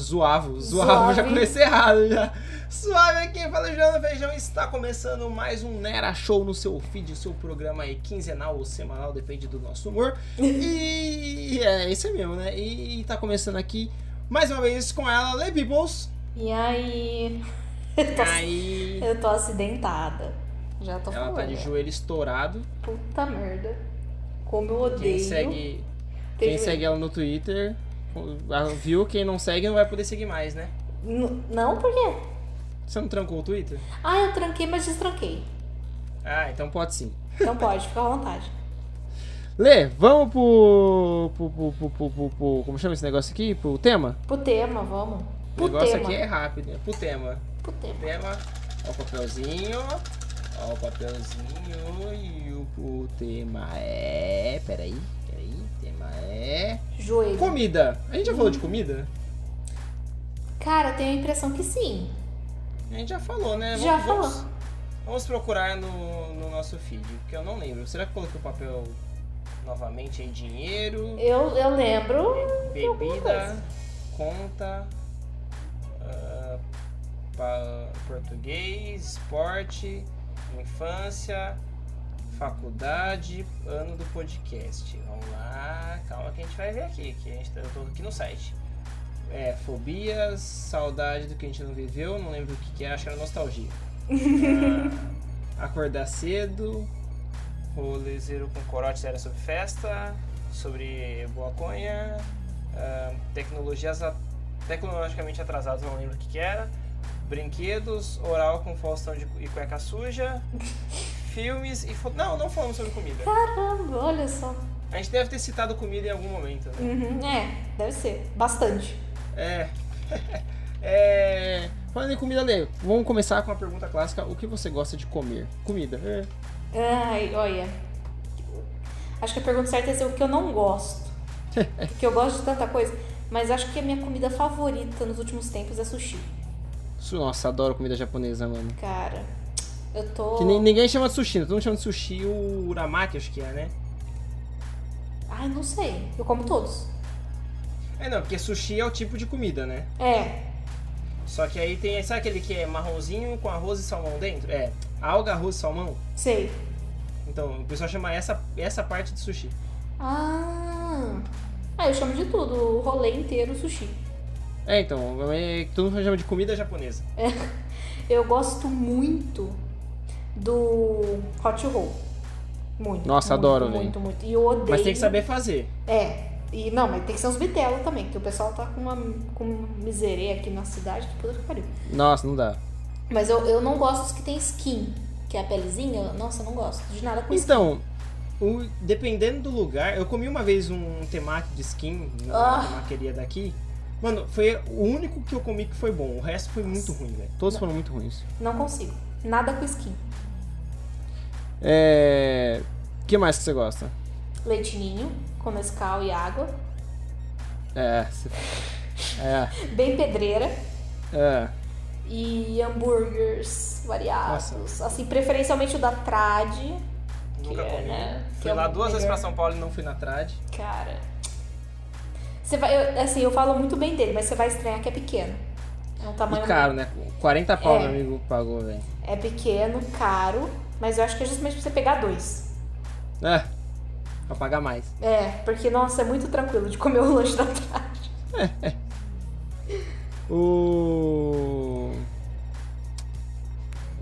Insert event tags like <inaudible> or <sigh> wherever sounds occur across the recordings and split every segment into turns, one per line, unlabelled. zoavo, zoavo, eu já comecei errado já. Suave aqui, fala Juliana Feijão, está começando mais um Nera Show no seu feed, o seu programa aí quinzenal ou semanal, depende do nosso humor.
<laughs>
E é isso aí mesmo, né? E, tá começando aqui mais uma vez com ela, Le Bibbles.
E aí? Eu tô,
Aí
eu tô acidentada. Já tô
ela
falando.
tá de joelho estourado.
Puta merda. Como eu
Quem
odeio.
segue,
ter
quem
joelho.
segue ela no Twitter viu, quem não segue não vai poder seguir mais, né?
N- Não, por quê?
Você não trancou o Twitter?
Ah, eu tranquei, mas destranquei.
Ah, então pode sim.
Então pode, fica à vontade.
Lê, vamos pro, pro, pro, pro, pro, pro- pro- Como chama esse negócio aqui? Pro tema?
Pro tema, vamos.
o
Pro
negócio
tema.
aqui é rápido, né? Pro tema.
Pro tema.
Tema. Ó o papelzinho. Ó o papelzinho. E o, o tema é. Peraí, peraí. Tema é.
Joelho.
Comida. A gente já falou de comida?
Cara, eu tenho a impressão que sim.
A gente já falou, né?
Já
Vamos,
falou.
vamos procurar no, no nosso feed, porque eu não lembro. Será que colocou papel novamente em dinheiro?
Eu, eu lembro. alguma
Bebida,
coisa.
conta, ah, pa- português, esporte, infância, faculdade, ano do podcast. Vamos lá, calma que a gente vai ver aqui, que a gente tá, eu tô aqui no site. É, fobias, saudade do que a gente não viveu, não lembro o que, que é, acho que era nostalgia. Ah, acordar cedo, rolê zero com corotes era sobre festa, sobre maconha, ah, tecnologias a- tecnologicamente atrasadas, não lembro o que, que era, brinquedos, oral com Faustão de, cu- e cueca suja, filmes e... fo- Não, não falamos sobre comida.
Caramba, olha só.
A gente deve ter citado comida em algum momento, né?
Uhum, é, deve ser. Bastante.
É. <laughs> é... Falando em comida, Lê, vamos começar com a pergunta clássica. O que você gosta de comer? Comida. É.
Ai, olha. Acho que a pergunta certa é ser o que eu
<laughs>
não gosto. Porque eu gosto de tanta coisa. Mas acho que a minha comida favorita nos últimos tempos é sushi.
Su- Nossa, adoro comida japonesa, mano.
Cara, eu tô.
Que ni- ninguém chama de sushi, né? todo mundo chama de sushi o uramaki, acho que é, né?
Ai, não sei. Eu como todos.
É, não, porque sushi é o tipo de comida, né?
É.
Só que aí tem, sabe aquele que é marronzinho com arroz e salmão dentro? É, alga, arroz e salmão.
Sei.
Então, o pessoal chama essa, essa parte de sushi.
Ah. Ah, eu chamo de tudo. O rolê inteiro sushi.
É, então, é, todo mundo chama de comida japonesa.
Eu gosto muito do hot roll. Muito.
Nossa,
muito,
adoro,
Muito,
velho.
muito, E eu odeio.
Mas tem que saber fazer.
É, e não, mas tem que ser uns bitelos também, que o pessoal tá com uma, com uma miseria aqui na cidade, que puta que pariu.
Nossa, não dá.
Mas eu, eu não gosto dos que tem skin, que é a pelezinha. Nossa, eu não gosto de nada com skin.
Então, o- dependendo do lugar, eu comi uma vez um temaki de skin numa
Ah.
temaqueria daqui. Mano, foi o único que eu comi que foi bom. O resto foi muito ruim, velho. Todos foram muito ruins.
Não consigo. Nada com skin.
É. O que mais que você gosta?
Leitinho, com mescal e água.
É. se- <laughs> É.
Bem pedreira.
É.
E hambúrgueres variados. Assim, preferencialmente o da Trad.
Nunca
Que é,
comi.
né? Que
Fui
é
lá
o
duas vezes pra
melhor. Tá,
São Paulo e não fui na trad.
Cara. Você vai, eu- assim, eu falo muito bem dele, mas você vai estranhar que é pequeno. É um tamanho
E caro, né? 40 pau
É.
meu amigo pagou, velho.
É pequeno, caro, mas eu acho que é justamente pra você pegar dois.
É. Pra pagar mais.
É, porque, nossa, é muito tranquilo de comer o <laughs> lanche da tarde.
O.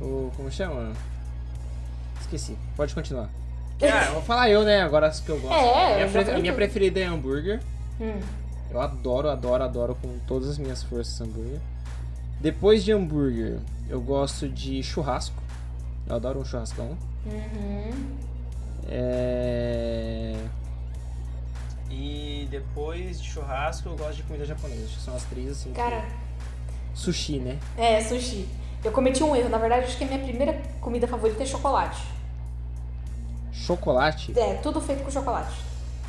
O. Como chama? Esqueci. Pode continuar. Ah, eu vou falar eu, né? Agora as que eu gosto.
É,
minha,
eu já
pre-
falei
minha
tudo.
preferida é hambúrguer.
Hum.
Eu adoro, adoro, adoro com todas as minhas forças hambúrguer. Depois de hambúrguer, eu gosto de churrasco. Eu adoro um churrascão.
Uhum.
É... E depois de churrasco, eu gosto de comida japonesa. Acho que são as três, assim.
Cara,
que- Sushi, né?
é, sushi. Eu cometi um erro, na verdade, acho que a minha primeira comida favorita é chocolate.
Chocolate.
É, tudo feito com chocolate.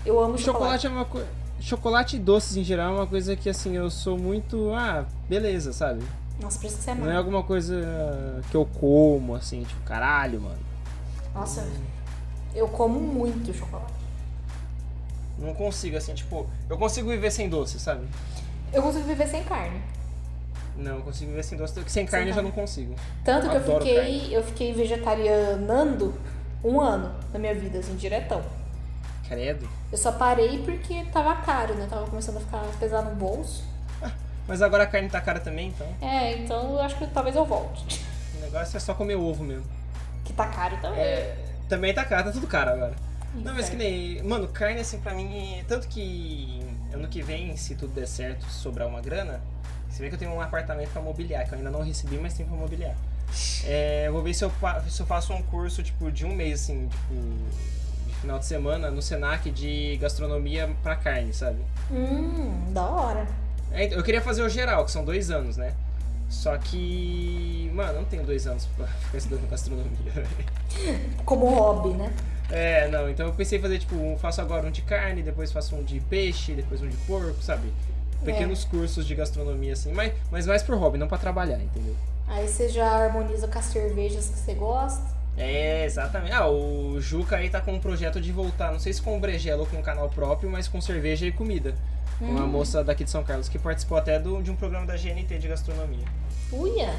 Eu amo chocolate.
Chocolate é uma coisa. Chocolate e doces em geral é uma coisa que, assim, eu sou muito. Ah, beleza, sabe?
Nossa, por isso que você é
Não é
mãe.
alguma coisa que eu como, assim, tipo, caralho, mano.
Nossa, eu como muito chocolate.
Não consigo, assim, tipo, eu consigo viver sem doce, sabe?
Eu consigo viver sem carne.
Não, eu consigo viver sem doce. Sem, carne eu já
carne.
não consigo.
Tanto que eu
Adoro
fiquei, eu fiquei vegetarianando um ano na minha vida, assim, diretão.
Credo.
Eu só parei porque tava caro, né? Tava começando a ficar pesado no bolso.
Mas agora a carne tá cara também, então.
É, então eu acho que talvez eu volte. <laughs>
O negócio é só comer ovo mesmo.
Que tá caro também.
É, também tá caro, tá tudo caro agora.
Inferno.
Não, mas que nem. Mano, carne assim pra mim. Tanto que ano que vem, se tudo der certo, sobrar uma grana. Se bem que eu tenho um apartamento pra mobiliar, que eu ainda não recebi, mas tem pra mobiliar. É, eu vou ver se eu, pa- se eu faço um curso, tipo, de um mês, assim, tipo, de final de semana, no Senac de gastronomia pra carne, sabe?
Hum, da hora.
É, então, eu queria fazer o geral, que são dois anos, né? Só que. Mano, eu não tenho dois anos pra <laughs> ficar estudando gastronomia, velho.
Como hobby, né?
É, não, então eu pensei em fazer, tipo, um, faço agora um de carne, depois faço um de peixe, depois um de porco, sabe? Pequenos cursos de gastronomia, assim, mas, mas mais pro hobby, não pra trabalhar, entendeu?
Aí você já harmoniza com as cervejas que você gosta.
É, exatamente. Ah, o Juca aí tá com um projeto de voltar, não sei se com o Brejelo ou com um canal próprio, mas com cerveja e comida. Com Uma moça daqui de São Carlos que participou até do- de um programa da GNT de gastronomia.
Uia!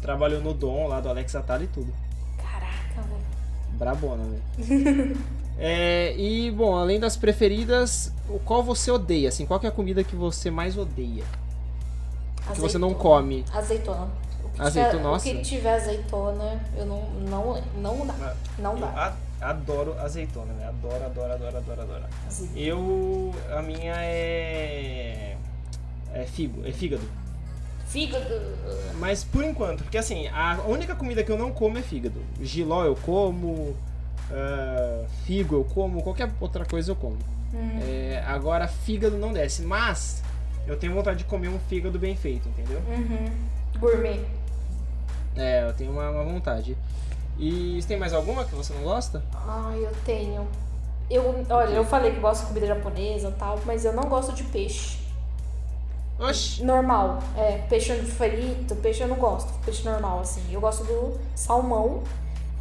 Trabalhou no Dom lá do Alex Atala e tudo.
Caraca, velho.
Brabona, <laughs> velho. É, e, bom, além das preferidas, o qual você odeia? Assim, qual que é a comida que você mais odeia? Que você não
Azeitona.
come?
Azeitona. O que,
Azeitona,
tiver,
nossa.
o que tiver azeitona, eu não. Não, não dá.
Ah,
Não
Eu
dá.
a- adoro azeitona, velho. Adoro, adoro, adoro, adoro, adoro.
Azeitona.
Eu. A minha é. É figo, é fígado.
Fígado.
Mas por enquanto, porque assim, a única comida que eu não como é fígado. Giló eu como, ah, figo eu como, qualquer outra coisa eu como.
Hum.
É, agora, fígado não desce, mas eu tenho vontade de comer um fígado bem feito, entendeu?
Uhum. Gourmet.
É, eu tenho uma, uma vontade. E tem mais alguma que você não gosta?
Ai, eu tenho. Eu, olha, eu falei que gosto de comida japonesa e tal, mas eu não gosto de peixe.
Oxi!
Normal, é, peixe frito, peixe eu não gosto, peixe normal, assim. Eu gosto do salmão,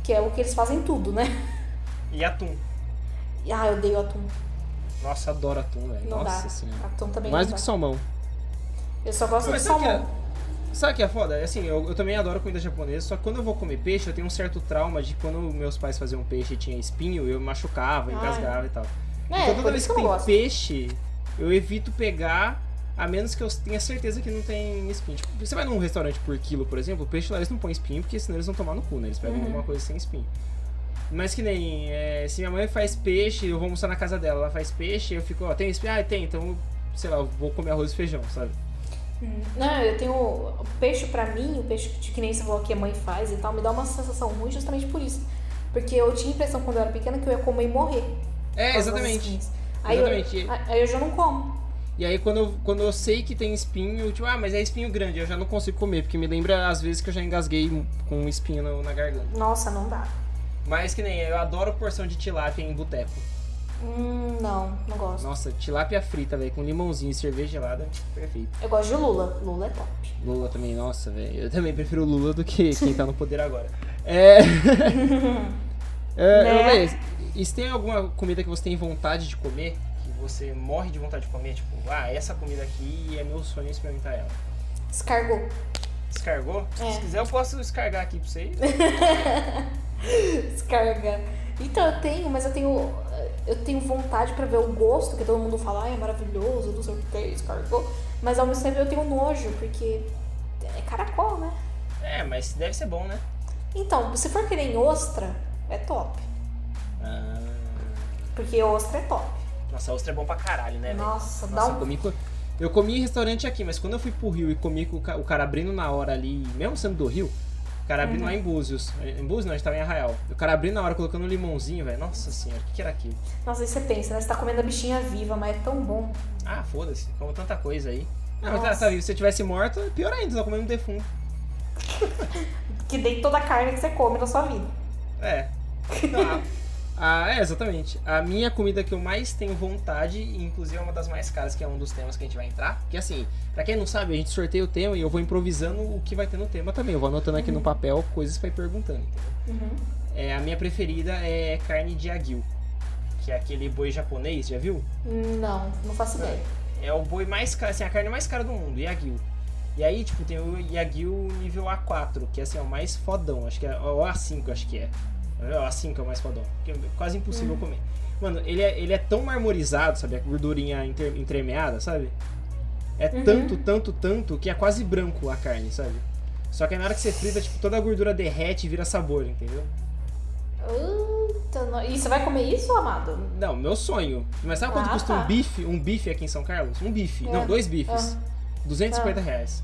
que é o que eles fazem tudo, né? <laughs>
E atum.
E, Ah, eu odeio atum,
Nossa, adoro atum, velho.
não
Nossa
dá.
senhora.
Atum também
Mais do
não
que
dá.
salmão.
Eu só gosto de
Mas sabe o que
salmão.
é? Sabe o que é foda? Assim, eu, eu também adoro comida japonesa, só que quando eu vou comer peixe, eu tenho um certo trauma de quando meus pais faziam peixe e tinha espinho, eu machucava,
Ah,
engasgava e tal.
É,
então toda
por
vez que
isso que eu
tem
não gosto.
peixe, eu evito pegar, a menos que eu tenha certeza que não tem espinho. Tipo, você vai num restaurante por quilo, por exemplo, o peixe lá eles não põem espinho, porque senão eles vão tomar no cu, né? Eles
Uhum.
pegam alguma coisa sem espinho. Mas que nem, é, se minha mãe faz peixe, eu vou almoçar na casa dela, ela faz peixe, eu fico, ó, tem espinho? Ah, tem, então, sei lá, eu vou comer arroz e feijão, sabe?
Hum, Não, eu tenho. O peixe pra mim, o peixe que, que nem você falou que a mãe faz e tal, me dá uma sensação ruim justamente por isso. Porque eu tinha a impressão quando eu era pequena que eu ia comer e morrer.
É,
com as
exatamente.
espinhas. Aí eu-
Exatamente.
a- aí eu já não como.
E aí quando eu, quando eu sei que tem espinho, tipo, ah, mas é espinho grande, eu já não consigo comer, porque me lembra às vezes que eu já engasguei com um espinho na, na garganta.
Nossa, não dá.
Mas que nem, eu adoro porção de tilápia em boteco.
Hum, não, não gosto.
Nossa, tilápia frita, velho, com limãozinho e cerveja gelada, perfeito.
Eu gosto de lula. Lula é top.
Lula também, nossa, velho, eu também prefiro Lula do que quem tá no poder agora. É... <laughs> é
Né?
ô, Lê, E se tem alguma comida que você tem vontade de comer, que você morre de vontade de comer, tipo, ah, essa comida aqui é meu sonho experimentar ela?
Escargot. <laughs>
Descargou?
É.
Se quiser, eu posso descargar aqui pra vocês.
Descarga. Então eu tenho, mas eu tenho. Eu tenho vontade pra ver o gosto, que todo mundo fala, "Ai, é maravilhoso, não sei o que, escargot. Mas ao mesmo tempo eu tenho nojo, porque é caracol, né?
É, mas deve ser bom, né?
Então, se for que nem ostra, é top.
Ah,
Porque ostra é top.
nossa, ostra é bom pra caralho, né? velho?
Nossa, dá
Nossa, eu
um.
comi. co- Eu comi em restaurante aqui, mas quando eu fui pro Rio e comi com o ca- o carabrino na hora ali, mesmo sendo do Rio, o
Uhum.
carabrino lá em Búzios. É, Em Búzios não, a gente tava em Arraial. O carabrino na hora colocando um limãozinho, velho. Nossa senhora, o que, que era aquilo?
Nossa, aí você pensa, né? Você tá comendo a bichinha viva, mas é tão bom.
Ah, foda-se, como tanta coisa aí. Não, mas tá,
Nossa.
tá vivo. Se eu tivesse morto, pior ainda, só comendo um defunto.
Que dei toda a carne que você come na sua vida.
É. Não, a- a- é, exatamente. A minha comida que eu mais tenho vontade, e inclusive é uma das mais caras, que é um dos temas que a gente vai entrar. Que assim, pra quem não sabe, a gente sorteia o tema e eu vou improvisando o que vai ter no tema também. Eu vou anotando aqui no papel coisas pra ir perguntando, entendeu?
Uhum.
É, a minha preferida é carne de aguil, que é aquele boi japonês, já viu?
Uhum. Não, não faço ideia.
é o boi mais caro, assim, a carne mais cara do mundo, Yagyu. E aí, tipo, tem o Yagyu nível A4, que assim, é o mais fodão, acho que é, ou A5, acho que é. O A5 é o mais fodão, que é quase impossível
Hum.
comer. Mano, ele é, ele é tão marmorizado, sabe? A gordurinha inter- entremeada, sabe? É
Uhum.
tanto, tanto, tanto que é quase branco a carne, sabe? Só que na hora que você frita, tipo, toda a gordura derrete e vira sabor, entendeu?
Puta, no- E você vai comer isso, amado?
Não, meu sonho. Mas sabe quanto
Ah,
custa
tá.
um bife? Um bife aqui em São Carlos? Um bife.
É.
Não, dois bifes.
Ah.
250 reais.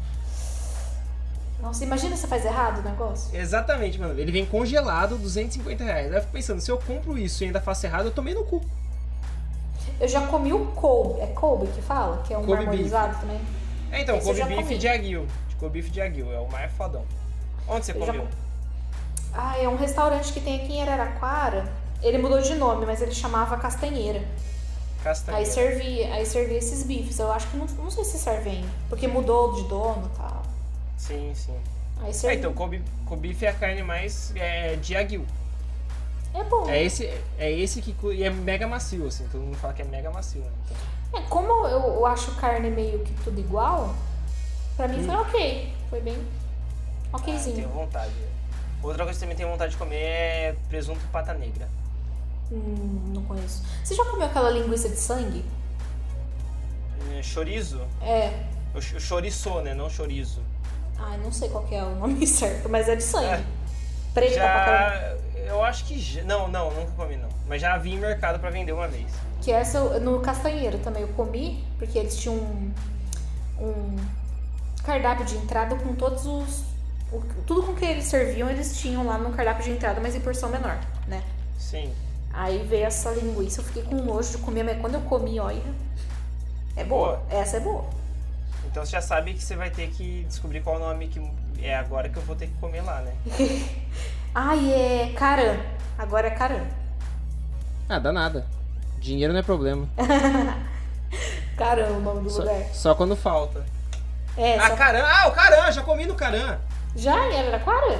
Nossa, imagina se você faz errado o negócio.
Exatamente, mano. Ele vem congelado, 250 reais. Aí eu fico pensando, se eu compro isso e ainda faço errado, eu tomei no cu.
Eu já comi o Kobe. É Kobe que fala? Que é um
Kobe beef.
marmorizado também?
É, então,
Esse eu
Kobe
já
Beef
comi.
de Aguil. De Kobe Beef de Aguil, é o mais fodão. Onde você
Eu já
comeu?
comi. Ah, é um restaurante que tem aqui em Araraquara. Ele mudou de nome, mas ele chamava Castanheira.
Castanha.
Aí servia, aí servia esses bifes. Eu acho que não, não sei se serve ainda, porque mudou de dono e tal.
Sim, sim.
Aí
É,
servia.
então, Kobe, Kobe Beef é a carne mais é, de Aguil.
É bom.
É esse, é esse que. cu- E é mega macio, assim. Todo mundo fala que é mega macio, né? Então,
É, como eu, eu acho carne meio que tudo igual, pra
Hum.
mim foi ok. Foi bem
ah, tenho
okzinho.
vontade. Outra coisa que também tenho vontade de comer é presunto pata negra.
Hum, não conheço. Você já comeu aquela linguiça de sangue?
É, Chorizo?
É.
O ch- o chorizo, né? Não chorizo.
Ai, não sei qual que é o nome <laughs> certo, mas é de sangue. Preta pra caramba.
Já. Eu acho que. já- Não, não, nunca comi não. Mas já vi em mercado pra vender uma vez.
Que essa eu- no Castanheiro também eu comi, porque eles tinham um, um cardápio de entrada com todos os. o- tudo com que eles serviam, eles tinham lá no cardápio de entrada, mas em porção menor, né?
Sim.
Aí veio essa linguiça, eu fiquei com nojo de comer, mas quando eu comi, olha. É boa.
Boa.
Essa é boa. <laughs>
Então você já sabe que você vai ter que descobrir qual o nome que é agora que eu vou ter que comer lá, né?
Ai, é caran. Agora é caran.
Ah, dá nada. Dinheiro não é problema.
<laughs> Caran é o nome do lugar.
quando falta.
É,
Ah,
só-
Caran! Ah, o Caran! Já comi no Caran!
Já em Araraquara?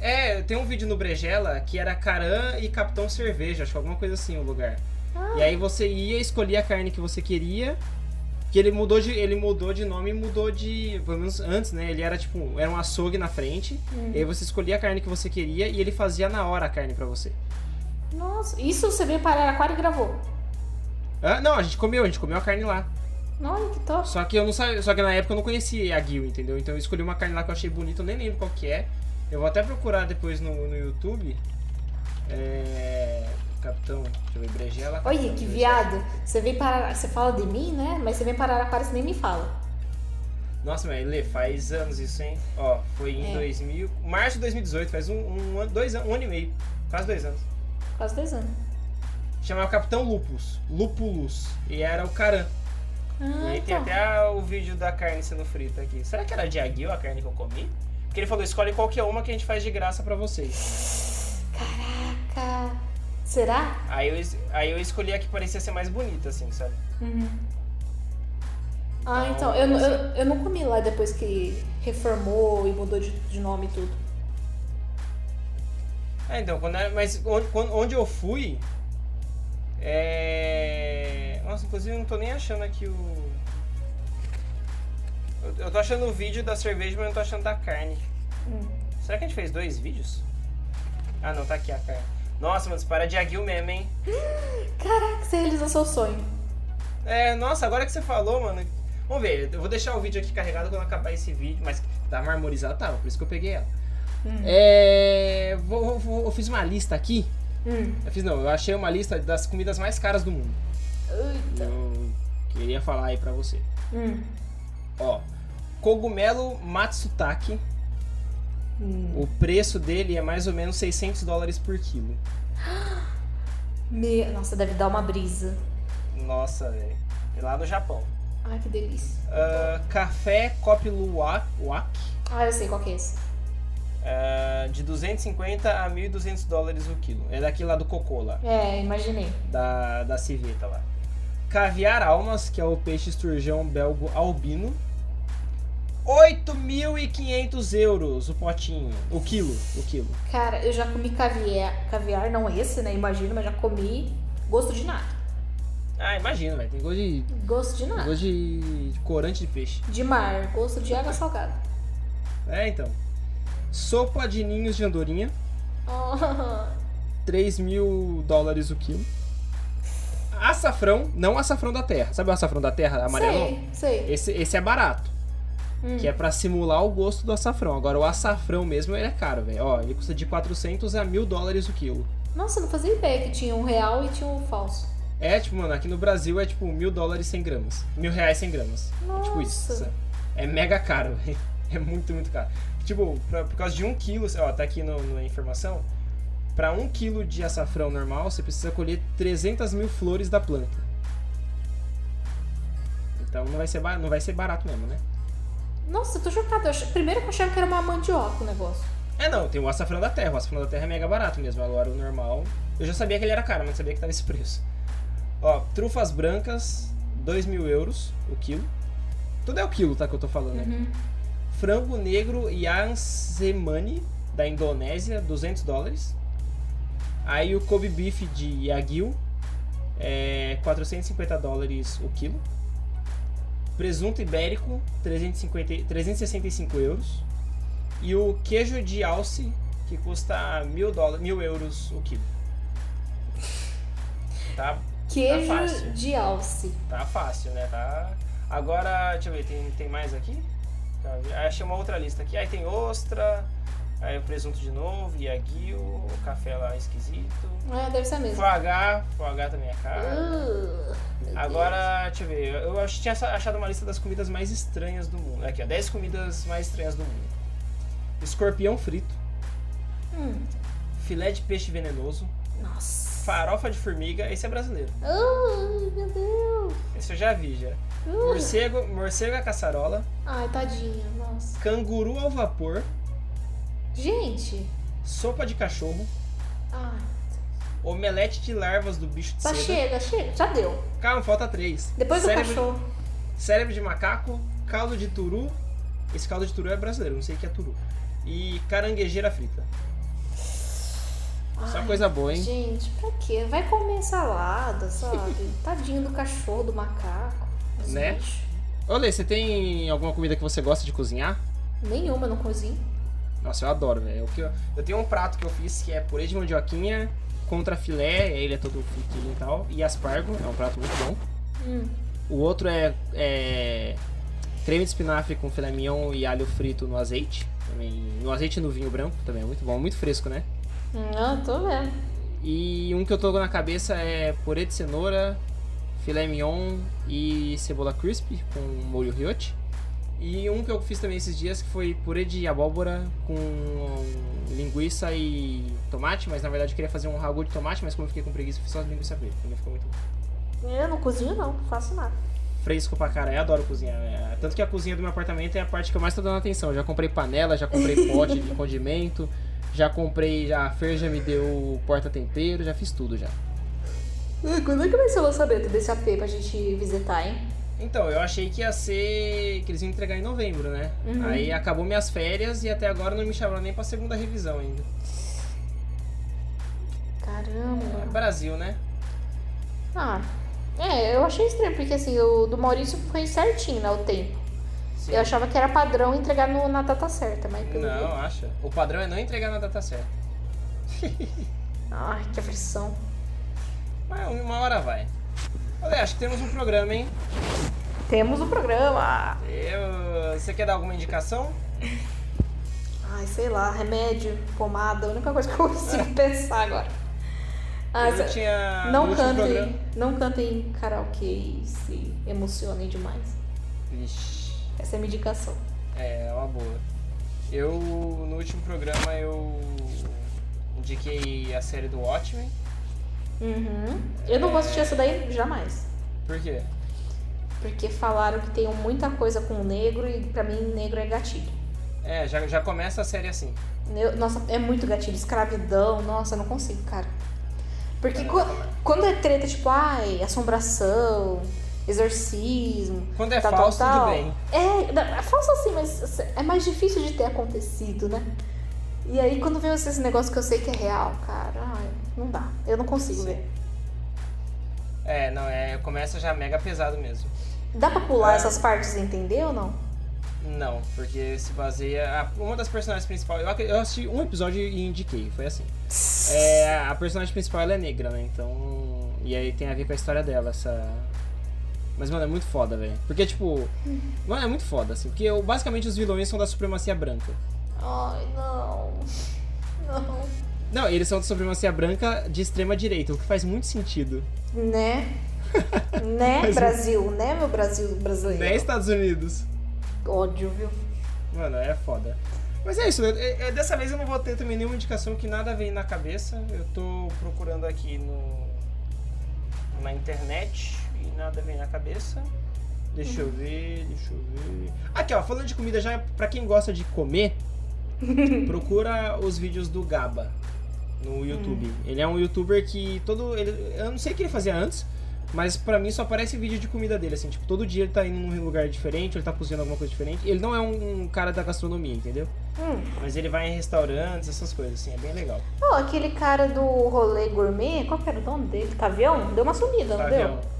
É, tem um vídeo no Brejela que era Caran e Capitão Cerveja, acho que alguma coisa assim o lugar. E aí você ia escolher a carne que você queria. Que ele mudou de, ele mudou de nome e mudou de. Pelo menos antes, né? Ele era tipo. Era um açougue na frente. E aí você escolhia a carne que você queria e ele fazia na hora a carne pra você.
Nossa, isso você veio para Araraquara e gravou.
Ah, não, a gente comeu, a gente comeu a carne lá.
Olha que top.
Só que eu não sabia. Só que na época eu não conhecia a Gil, entendeu? Então eu escolhi uma carne lá que eu achei bonita, eu nem lembro qual que é. Eu vou até procurar depois no, no YouTube. É. Capitão, deixa eu ver, tá Brejela.
Olha
Capitão
que
Brejela.
viado. Você vem para. Você fala de mim, né? Mas você vem para Araraquara e você nem me fala.
Nossa, mas Lê, faz anos isso, hein? Ó, foi em
É.
2000, março de 2018, faz um, um ano- dois anos, um ano e meio, quase dois anos.
Quase dois anos.
Chamava Capitão Lupus, Lupulus, e era o Caran. e
Ah,
aí tem
então.
até o vídeo da carne sendo frita aqui. Será que era de aguil a carne que eu comi? Porque ele falou, escolhe qualquer uma que a gente faz de graça pra vocês.
Caraca. Será?
Aí eu, es- aí eu escolhi a que parecia ser mais bonita, assim, sabe?
Uhum. Ah,
Então,
então. Eu,
essa-
eu, eu não comi lá depois que reformou e mudou de, de nome e tudo.
É, então, quando era, mas onde, quando- onde eu fui. É. Nossa, inclusive eu não tô nem achando aqui o. Eu, eu tô achando o vídeo da cerveja, mas eu não tô achando da carne. Será que a gente fez dois vídeos? Ah, não, tá aqui a carne. Nossa, mano, você para de aguil mesmo, hein?
Caraca, você realizou seu sonho.
É, nossa, agora que você falou, mano. Vamos ver, eu vou deixar o vídeo aqui carregado quando acabar esse vídeo, mas tá marmorizado, tá, por isso que eu peguei ela. É. vou- vou- eu fiz uma lista aqui
Hum.
Eu fiz não, eu achei uma lista das comidas mais caras do mundo.
Eita.
Eu queria falar aí pra você.
Hum.
Ó, cogumelo matsutake,
Hum.
o preço dele é mais ou menos 600 dólares por quilo.
Me- Nossa, deve dar uma brisa.
Nossa, velho. É Lá no Japão.
Ai, que delícia.
Ah, café Kopi Luwak, Wak,
Ah, eu sei qual que é esse.
ah, de 250 a 1.200 dólares o quilo. É daqui lá do Cocô, lá,
É, imaginei.
da, da civeta lá. Caviar almas, que é o peixe esturjão belgo albino. 8.500 euros o potinho. O quilo, o quilo.
Cara, eu já comi caviar, caviar, não esse, né? Imagino, mas já comi gosto de nada.
Ah, imagino, velho. Tem gosto de.
Gosto de nada.
Gosto de de corante de peixe.
De mar, gosto de água <laughs> salgada.
É, então. Sopa de ninhos de andorinha,
Ah,
3 mil dólares o quilo. Açafrão, não açafrão da terra. Sabe o açafrão da terra amarelão?
sei, sei.
Esse, esse é barato.
Hum.
Que é pra simular o gosto do açafrão. Agora, o açafrão mesmo, ele é caro, velho. Ó, ele custa de 400 a 1000 dólares o quilo.
Nossa, eu não fazia ideia que tinha um real e tinha um falso.
É, tipo, mano, aqui no Brasil é tipo 1000 dólares 100 gramas. Mil reais 100 gramas. É tipo isso.
Nossa.
sabe? É mega caro, <laughs> velho. É muito, muito caro. Tipo, pra- por causa de um quilo, ó, tá aqui no, na informação. Pra um quilo de açafrão normal, você precisa colher 300 mil flores da planta. Então não vai ser, ba- não vai ser barato mesmo, né?
Nossa, eu tô chocada. Eu ach- Primeiro que eu achava que era uma mandioca o negócio.
É, não, tem o açafrão da terra. O açafrão da terra é mega barato mesmo. Agora o normal. Eu já sabia que ele era caro, mas não sabia que tava esse preço. Ó, trufas brancas, 2 mil euros o quilo. Tudo é o quilo, tá? Que eu tô falando, né?
Uhum.
Frango negro Yansemani, da Indonésia, 200 dólares. Aí o Kobe Beef de Yagyu, é 450 dólares o quilo. Presunto ibérico, 350, 365 euros. E o queijo de alce, que custa mil, dólares, mil euros o quilo. Tá,
Queijo
Tá fácil.
de alce.
tá fácil, né? Tá... Agora, deixa eu ver, tem, tem mais aqui? Aí achei uma outra lista aqui. Aí tem ostra, aí o presunto de novo, Yagyu, o café lá esquisito.
É, deve ser a mesma.
Foie gras, foie gras também é caro.
Uh, meu Deus.
Agora, deixa eu ver, eu acho que tinha achado uma lista das comidas mais estranhas do mundo. Aqui, ó, 10 comidas mais estranhas do mundo. Escorpião frito,
Hum,
filé de peixe venenoso,
nossa.
farofa de formiga, esse é brasileiro.
Ai, meu Deus.
Esse eu já vi, já.
Uh.
Morcego, morcego à caçarola,
Ai, tadinho, nossa.
canguru ao vapor,
Gente,
sopa de cachorro,
ai,
omelete de larvas do bicho de
tá
seda.
chega, chega, já deu.
Calma, falta três.
Depois do
cérebro,
cachorro.
Cérebro de macaco, caldo de turu. Esse caldo de turu é brasileiro, não sei o que é turu. E caranguejeira frita. Só
Ai,
coisa boa, hein?
Gente, pra quê? Vai comer
<laughs>
salada, sabe? Tadinho do cachorro, do macaco. dos
Né?
bichos.
Ô, Lê, você tem alguma comida que você gosta de cozinhar?
Nenhuma, não cozinho.
Nossa, eu adoro, velho. O que Eu, eu tenho um prato que eu fiz que é purê de mandioquinha contra filé, ele é todo fritinho e tal, e aspargo, é um prato muito bom.
Hum.
O outro é, é creme de espinafre com filé mignon e alho frito no azeite. Também, no azeite e no vinho branco também, é muito bom, muito fresco, né?
Não, tô vendo.
E um que eu tô na cabeça é purê de cenoura, filé mignon e cebola crispy com molho riote. E um que eu fiz também esses dias que foi purê de abóbora com linguiça e tomate, mas na verdade eu queria fazer um ragu de tomate, mas como eu fiquei com preguiça, eu fiz só linguiça preta, também ficou muito bom.
Eu não cozinho, não, não faço nada.
fresco pra caralho. Eu adoro cozinhar. né? Tanto que a cozinha do meu apartamento é a parte que eu mais tô dando atenção. Já comprei panela, já comprei pote de condimento, já comprei, já a Fer já me deu porta-tempero, já fiz tudo já.
Quando é que vai ser o lançamento desse AP pra gente visitar, hein?
Então, eu achei que ia ser. que eles iam entregar em novembro, né?
Uhum.
Aí acabou minhas férias e até agora não me chamaram nem pra segunda revisão ainda. É
Caramba.
Brasil, né?
Ah, é, eu achei estranho, porque assim, o do Maurício foi certinho, né, o tempo.
Sim.
Eu achava que era padrão entregar no- na data certa, mas pelo
Não, acha. O padrão é não entregar na data certa.
Ai, que aflição.
Mas uma hora vai. Olha, acho que temos um programa, hein?
Temos o programa.
Eu- Você quer dar alguma indicação?
Ai, sei lá, remédio, pomada, a única coisa que eu <laughs>
É.
consigo pensar agora. Ah,
eu
se-
tinha. no
não
último
cantem,
programa-
não cantem em karaokê e se emocionem demais.
Vixe,
Essa é a minha indicação.
é uma boa. Eu, no último programa, eu indiquei a série do Watchmen.
Uhum. Eu não vou assistir essa daí jamais.
Por quê?
Porque falaram que tem muita coisa com negro e pra mim negro é gatilho.
É, já, já começa a série assim.
Eu- nossa, é muito gatilho. Escravidão, nossa, eu não consigo, cara. Porque
Cara,
quan- quando é treta, tipo, ai, assombração, exorcismo.
Quando é
tal, tal,
falso,
tal.
tudo bem.
É, não, é falso assim, mas é mais difícil de ter acontecido, né? E aí, quando vem esses negócios que eu sei que é real, cara, ai, não dá. Eu não consigo
Sim.
ver.
É, não, é, começa já mega pesado mesmo.
Dá pra pular
É.
essas partes e entender ou não?
Não, porque se baseia. a- uma das personagens principais. Eu, ac- eu assisti um episódio e indiquei, foi assim. É, a personagem principal ela é negra, né? Então. E aí tem a ver com a história dela, essa. Mas, mano, é muito foda, velho. Porque, tipo. Mano, é muito foda, assim. Porque eu- basicamente os vilões são da supremacia branca.
Ai, não. Não.
Não, eles são da supremacia branca de extrema direita, o que faz muito sentido.
Né?
<laughs>
né, Brasil? Né, meu Brasil brasileiro?
é. Né, Estados Unidos?
Ódio, viu?
Mano, é foda. Mas é isso, é, é- dessa vez eu não vou ter também nenhuma indicação que nada vem na cabeça. Eu tô procurando aqui no na internet e nada vem na cabeça. Deixa eu ver, deixa eu ver. Aqui, ó, falando de comida já, é pra quem gosta de comer, procura os vídeos do Gaba no YouTube. Ele é um youtuber que todo. ele- eu não sei o que ele fazia antes, mas pra mim só aparece vídeo de comida dele, assim, tipo, todo dia ele tá indo num lugar diferente, ele tá cozinhando alguma coisa diferente. Ele não é um, um cara da gastronomia, entendeu?
Hum.
Mas ele vai em restaurantes, essas coisas, assim, é bem legal.
Ó, aquele cara do rolê gourmet, qual que era o nome dele? Tavião? Deu uma sumida, não
Tá,
Então deu?
deu.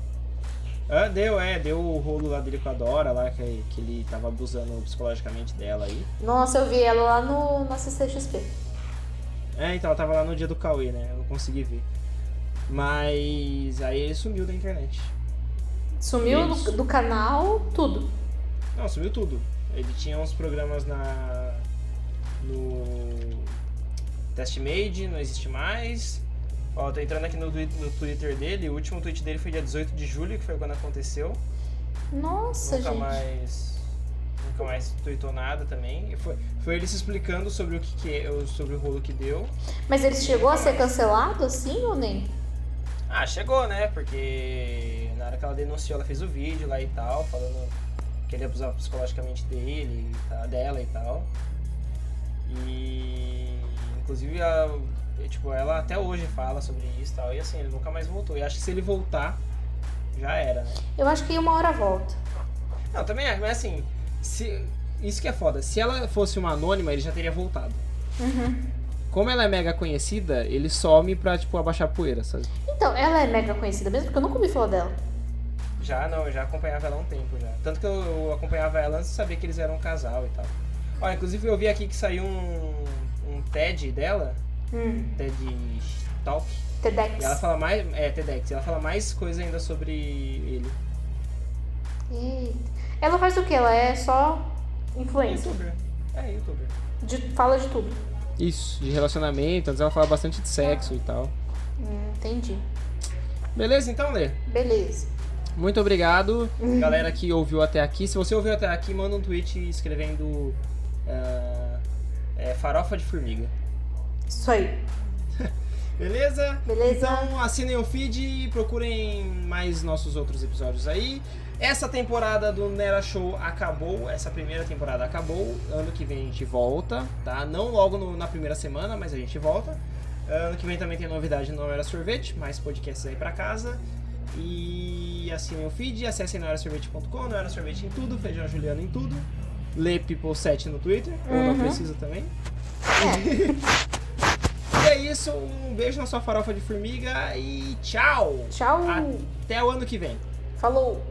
Ah, deu, é, deu o rolo lá dele com a Dora lá, que, que ele tava abusando psicologicamente dela aí.
Nossa, eu vi ela lá no, na CCXP.
É, então, ela tava lá no dia do Cauê, né? Eu não consegui ver. Mas aí ele sumiu da internet.
Sumiu
Isso.
do, do canal, tudo.
Não, sumiu tudo. Ele tinha uns programas na. no. Testmade, não existe mais. Ó, tô entrando aqui no, twi- no Twitter dele. O último tweet dele foi dia 18 de julho, que foi quando aconteceu.
Nossa,
nunca
gente.
mais. Nunca mais tweetou nada também. E foi, foi ele se explicando sobre o que, que é, o- sobre o rolo que deu.
Mas ele chegou a ser cancelado assim ou nem?
Ah, chegou, né? Porque na hora que ela denunciou, ela fez o vídeo lá e tal, falando que ele abusava psicologicamente dele, e tal, dela e tal. E inclusive a, e, tipo, ela até hoje fala sobre isso e tal. E assim, ele nunca mais voltou. E acho que se ele voltar, já era, né?
Eu acho que uma hora volta.
Não, também acho, mas assim, se, isso que é foda. Se ela fosse uma anônima, ele já teria voltado. Como ela é mega conhecida, ele some pra, tipo, abaixar a poeira, sabe?
Então, ela é mega conhecida mesmo, porque eu nunca ouvi falar dela.
Já não, eu já acompanhava ela há um tempo já. Tanto que eu, eu acompanhava ela antes de saber que eles eram um casal e tal. Ó, inclusive eu vi aqui que saiu um, um TED dela,
Hum.
TED Talk,
TEDx.
e ela fala mais. É, TEDx, e ela fala mais coisa ainda sobre ele.
Eita. Ela faz o que? Ela é só influencer.
Youtuber. É, youtuber.
De- fala de tudo.
Isso, de relacionamento, antes ela falava bastante de sexo e tal.
Hum, entendi.
Beleza então, Lê?
Beleza.
Muito
<laughs>
obrigado,
Galera
galera que ouviu até aqui.
E se você ouviu até aqui, manda um tweet escrevendo ah, é, farofa de formiga.
Isso aí.
Beleza?
Beleza.
Então assinem o feed e procurem mais nossos outros episódios aí. Essa temporada do Nera Show acabou, essa primeira temporada acabou. Ano que vem a gente volta, tá? Não logo no- na primeira semana, mas a gente volta. Ano que vem também tem novidade no Era Sorvete, mais podcasts aí pra casa. E assinem o feed, acessem noerasorvete.com, Noera Sorvete em tudo, Feijão Juliano em tudo. Lê People7 no Twitter, ou não
Uhum.
precisa também.
É.
<laughs> E é isso, um beijo na sua farofa de formiga e tchau!
Tchau.
Até o ano que vem.
Falou.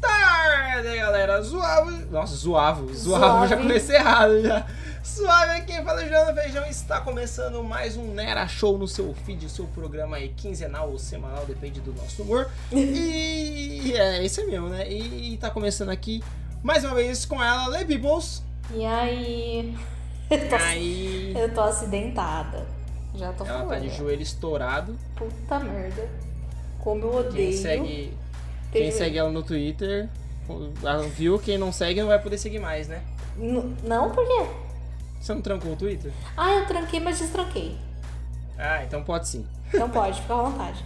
Tarde, né, galera! Suave! Nossa, zoavo, zoavo,
Suave.
já comecei errado já. Suave aqui, fala Juliano Feijão, está começando mais um Nera Show no seu feed, o seu programa aí quinzenal ou semanal, depende do nosso humor. E é isso é meu, né? E, e tá começando aqui mais uma vez com ela, Lay Peoples.
E aí? <laughs> Eu tô,
Aí
eu tô acidentada. Já tô
ela
falando.
tá de joelho estourado.
Puta merda. Como eu odeio.
Quem segue
ter
Quem
joelho.
segue ela no Twitter viu, quem não segue não vai poder seguir mais, né?
N- Não, por quê?
Você não trancou o Twitter?
Ah, eu tranquei, mas destranquei.
Ah, então pode sim.
Então pode, fica à vontade.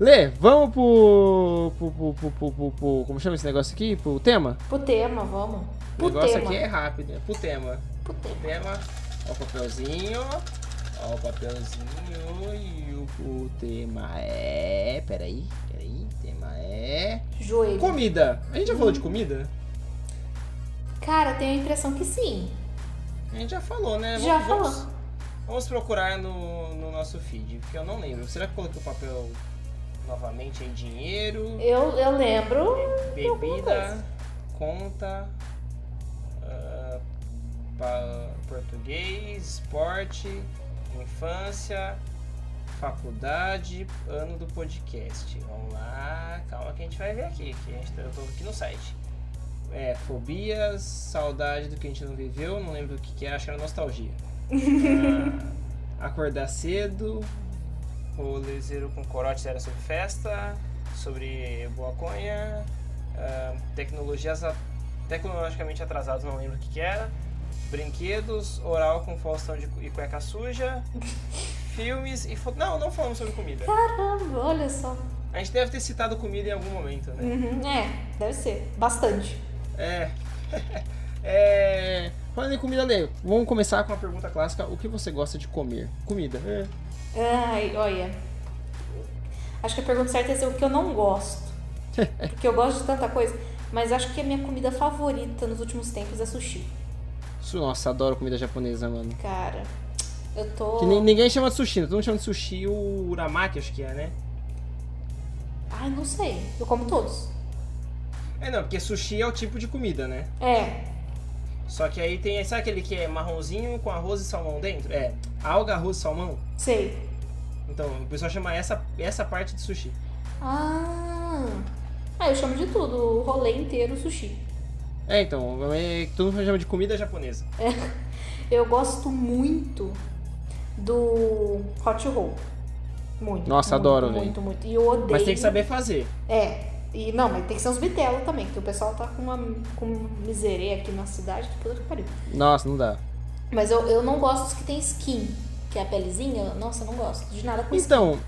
Lê, vamos pro. pro, pro, pro, pro, pro- pro- como chama esse negócio aqui? Pro tema?
Pro tema, vamos.
O
Pro
negócio
tema.
aqui é rápido, é pro tema.
Pro tema.
Tema, ó o papelzinho, ó o papelzinho e o, o tema é... Peraí, peraí, o tema é...
Joelho.
Comida! A gente já
Uhum.
falou de comida?
Cara, eu tenho a impressão que sim.
A gente já falou, né?
Já
Vamos-
falou.
Vamos procurar no, no nosso feed, porque eu não lembro. Será que eu coloquei o papel novamente aí dinheiro,
Eu, eu lembro.
bebida,
Então, coisa.
conta, ah, pa- português, esporte, infância, faculdade, ano do podcast. Vamos lá, calma que a gente vai ver aqui, que a gente, tá- eu tô aqui no site. É, fobias, saudade do que a gente não viveu, não lembro o que, que é, acho que era nostalgia. Ah, acordar cedo, rolê zero com corotes era sobre festa, sobre boaconha, ah, tecnologias a- tecnologicamente atrasadas, não lembro o que, que era, brinquedos, oral com Faustão de, cu- e cueca suja, <laughs> filmes e... fo- Não, não falamos sobre comida.
Caramba, Ah, olha só.
A gente deve ter citado comida em algum momento, né?
Uhum, é, deve ser. Bastante.
É. <laughs> é...
Falando em comida, Lê, vamos começar com a pergunta clássica: o que você gosta de comer? Comida. É.
Ai, olha. Acho que a pergunta certa é ser o que eu
<laughs>
não gosto. Porque eu gosto de tanta coisa. Mas acho que a minha comida favorita nos últimos tempos é sushi.
Su- Nossa, adoro comida japonesa, mano.
Cara, eu
Oh.
tô.
Que ni- ninguém chama de sushi, né? todo mundo chama de sushi.
E o uramaki, acho que é, né?
Ai, não sei. Eu como todos.
É, não, porque sushi é o tipo de comida, né?
É.
Só que aí tem, sabe aquele que é marronzinho com arroz e salmão dentro? É, alga, arroz e salmão.
Sei.
Então, o pessoal chama essa, essa parte de sushi.
Ah. Ah, eu chamo de tudo. O rolê inteiro sushi.
É, então, é, todo mundo chama de comida.
Comida japonesa.
Eu gosto muito do hot roll. Muito.
Nossa,
muito,
adoro,
Muito, muito. E eu odeio.
Mas tem que saber fazer.
É. E não, mas tem que ser uns bitelos também, que o pessoal tá com uma com miserê aqui na cidade, que puta que pariu.
Nossa, não dá.
Mas eu, eu não gosto dos que tem skin, que é a pelezinha. Nossa, eu não gosto de nada
Hum.
com skin.
Então,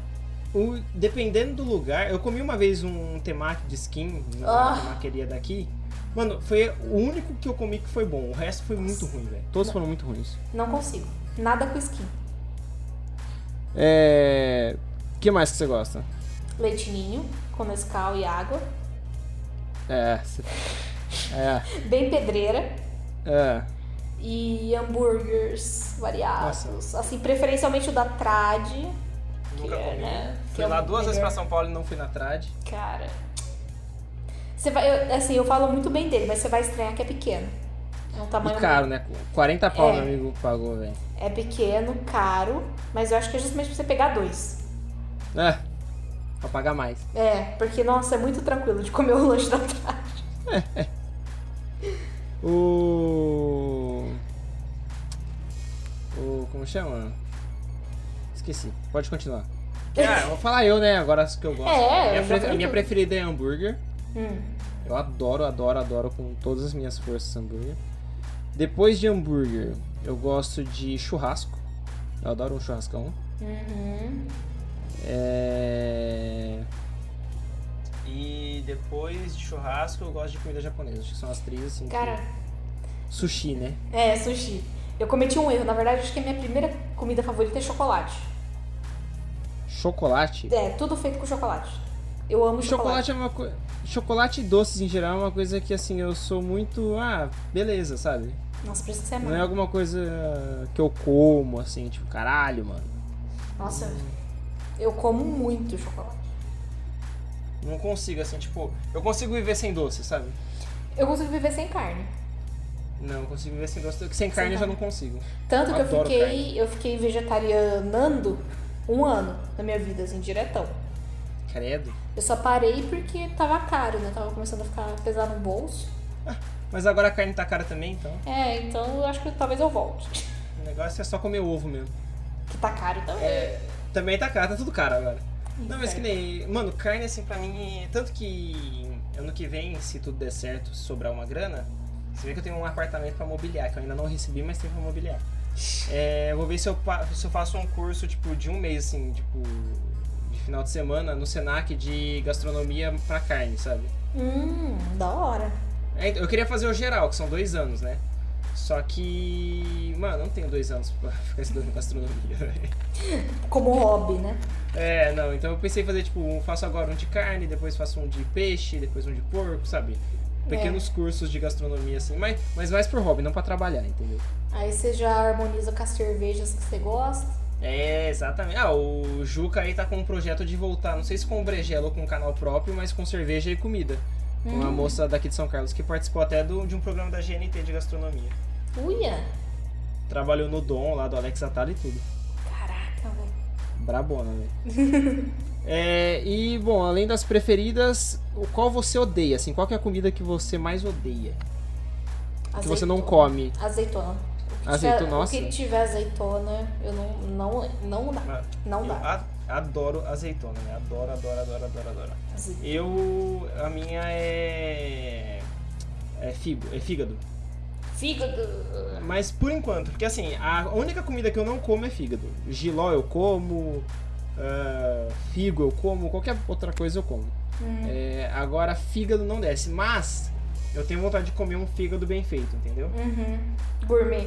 O- dependendo do lugar, eu comi uma vez um temaki de skin na
Ah.
temaqueria daqui. Mano, foi o único que eu comi que foi bom. O resto foi muito ruim, velho.
todos foram muito ruins.
Não consigo. Nada com skin.
É. O que mais que você gosta?
Leitinho, com Nescau e água.
É. cê- É.
Bem pedreira.
É.
E hambúrgueres variados.
Nossa.
Assim, preferencialmente o da Trad.
Nunca
que é,
comi.
né? que
Fui
é
lá
o
duas vezes pra
melhor.
São Paulo e não fui na trad.
Cara. Você vai, eu- assim, eu falo muito bem dele, mas você vai estranhar que é pequeno. É um tamanho.
E caro, né? 40 pau
É.
meu amigo pagou, velho.
É pequeno, caro, mas eu acho que é justamente pra você pegar dois.
É. Pra pagar mais.
É, porque, nossa, é muito tranquilo de comer o lanche da tarde.
O. O. Como chama? Esqueci. Pode continuar.
É.
Ah, eu vou falar eu, né? Agora as que eu gosto.
É,
minha,
eu já
pre-
falei
a minha
tudo.
preferida é hambúrguer.
Hum,
Eu adoro, adoro, adoro com todas as minhas forças hambúrguer. Depois de hambúrguer, eu gosto de churrasco. Eu adoro um churrascão.
uhum.
É...
E depois de churrasco, eu gosto de comida japonesa. Acho que são as três, assim. que-
Cara,
Sushi, né?
é, sushi. Eu cometi um erro, na verdade, acho que a minha primeira comida favorita é chocolate.
Chocolate.
É, tudo feito com chocolate. Eu amo chocolate.
Chocolate é uma coisa. Chocolate e doces em geral é uma coisa que assim, eu sou muito. Ah, beleza, sabe?
Nossa, por isso que você é
Não é
mãe.
alguma coisa que eu como, assim, tipo, caralho, mano.
Nossa, eu como muito chocolate.
Não consigo, assim, tipo, eu consigo viver sem doce, sabe?
Eu consigo viver sem carne.
Não, eu consigo viver sem doce. Sem carne eu já
carne.
não consigo.
Tanto que eu
Adoro
fiquei, eu fiquei vegetarianando um ano na minha vida, assim, diretão.
Credo.
Eu só parei porque tava caro, né? Tava começando a ficar pesado no bolso.
Mas agora a carne tá cara também, então.
É, então eu acho que talvez eu volte. <laughs>
O negócio é só comer ovo mesmo.
Que tá caro também.
Também tá caro, tá tudo caro agora. É. Não, mas que
Inferno.
nem. Mano, carne assim pra mim. é- Tanto que ano que vem, se tudo der certo, se sobrar uma grana, você vê que eu tenho um apartamento pra mobiliar, que eu ainda não recebi, mas tem pra mobiliar. É, eu vou ver se eu, pa- se eu faço um curso, tipo, de um mês, assim, tipo, de final de semana, no Senac de gastronomia pra carne, sabe?
Hum, da hora.
É, então, eu queria fazer o geral, que são dois anos, né? Só que. Mano, eu não tenho dois anos pra <laughs> ficar estudando gastronomia, velho.
Como hobby, né?
É, não, então eu pensei em fazer, tipo, um- faço agora um de carne, depois faço um de peixe, depois um de porco, sabe? Pequenos cursos de gastronomia, assim, mas, mas mais por hobby, não pra trabalhar, entendeu?
Aí você já harmoniza com as cervejas que você gosta.
É, exatamente. Ah, o Juca aí tá com um projeto de voltar, não sei se com o Brejelo ou com um canal próprio, mas com cerveja e comida. Com uma moça daqui de São Carlos que participou até do- de um programa da GNT de gastronomia.
Uia!
Trabalhou no Dom lá do Alex Atala e tudo.
Caraca, velho.
Brabona, né? <laughs> É, e, bom, além das preferidas, o qual você odeia, assim? Qual que é a comida que você mais odeia? Que você não
Azeitona.
come?
Azeitona. O que
Azeitona,
tiver,
nossa.
O que tiver azeitona, eu não. Não, não dá.
Mas
Não
eu
dá.
a- adoro azeitona, né? Adoro, adoro, adoro, adoro, adoro.
Azeitona.
Eu. A minha é. É, figo, é fígado.
Fígado.
Mas por enquanto, porque assim, a única comida que eu não como é fígado. Giló eu como, ah, figo eu como, qualquer outra coisa eu como.
Hum.
É, agora, fígado não desce. Mas eu tenho vontade de comer um fígado bem feito, entendeu?
Uhum. Gourmet.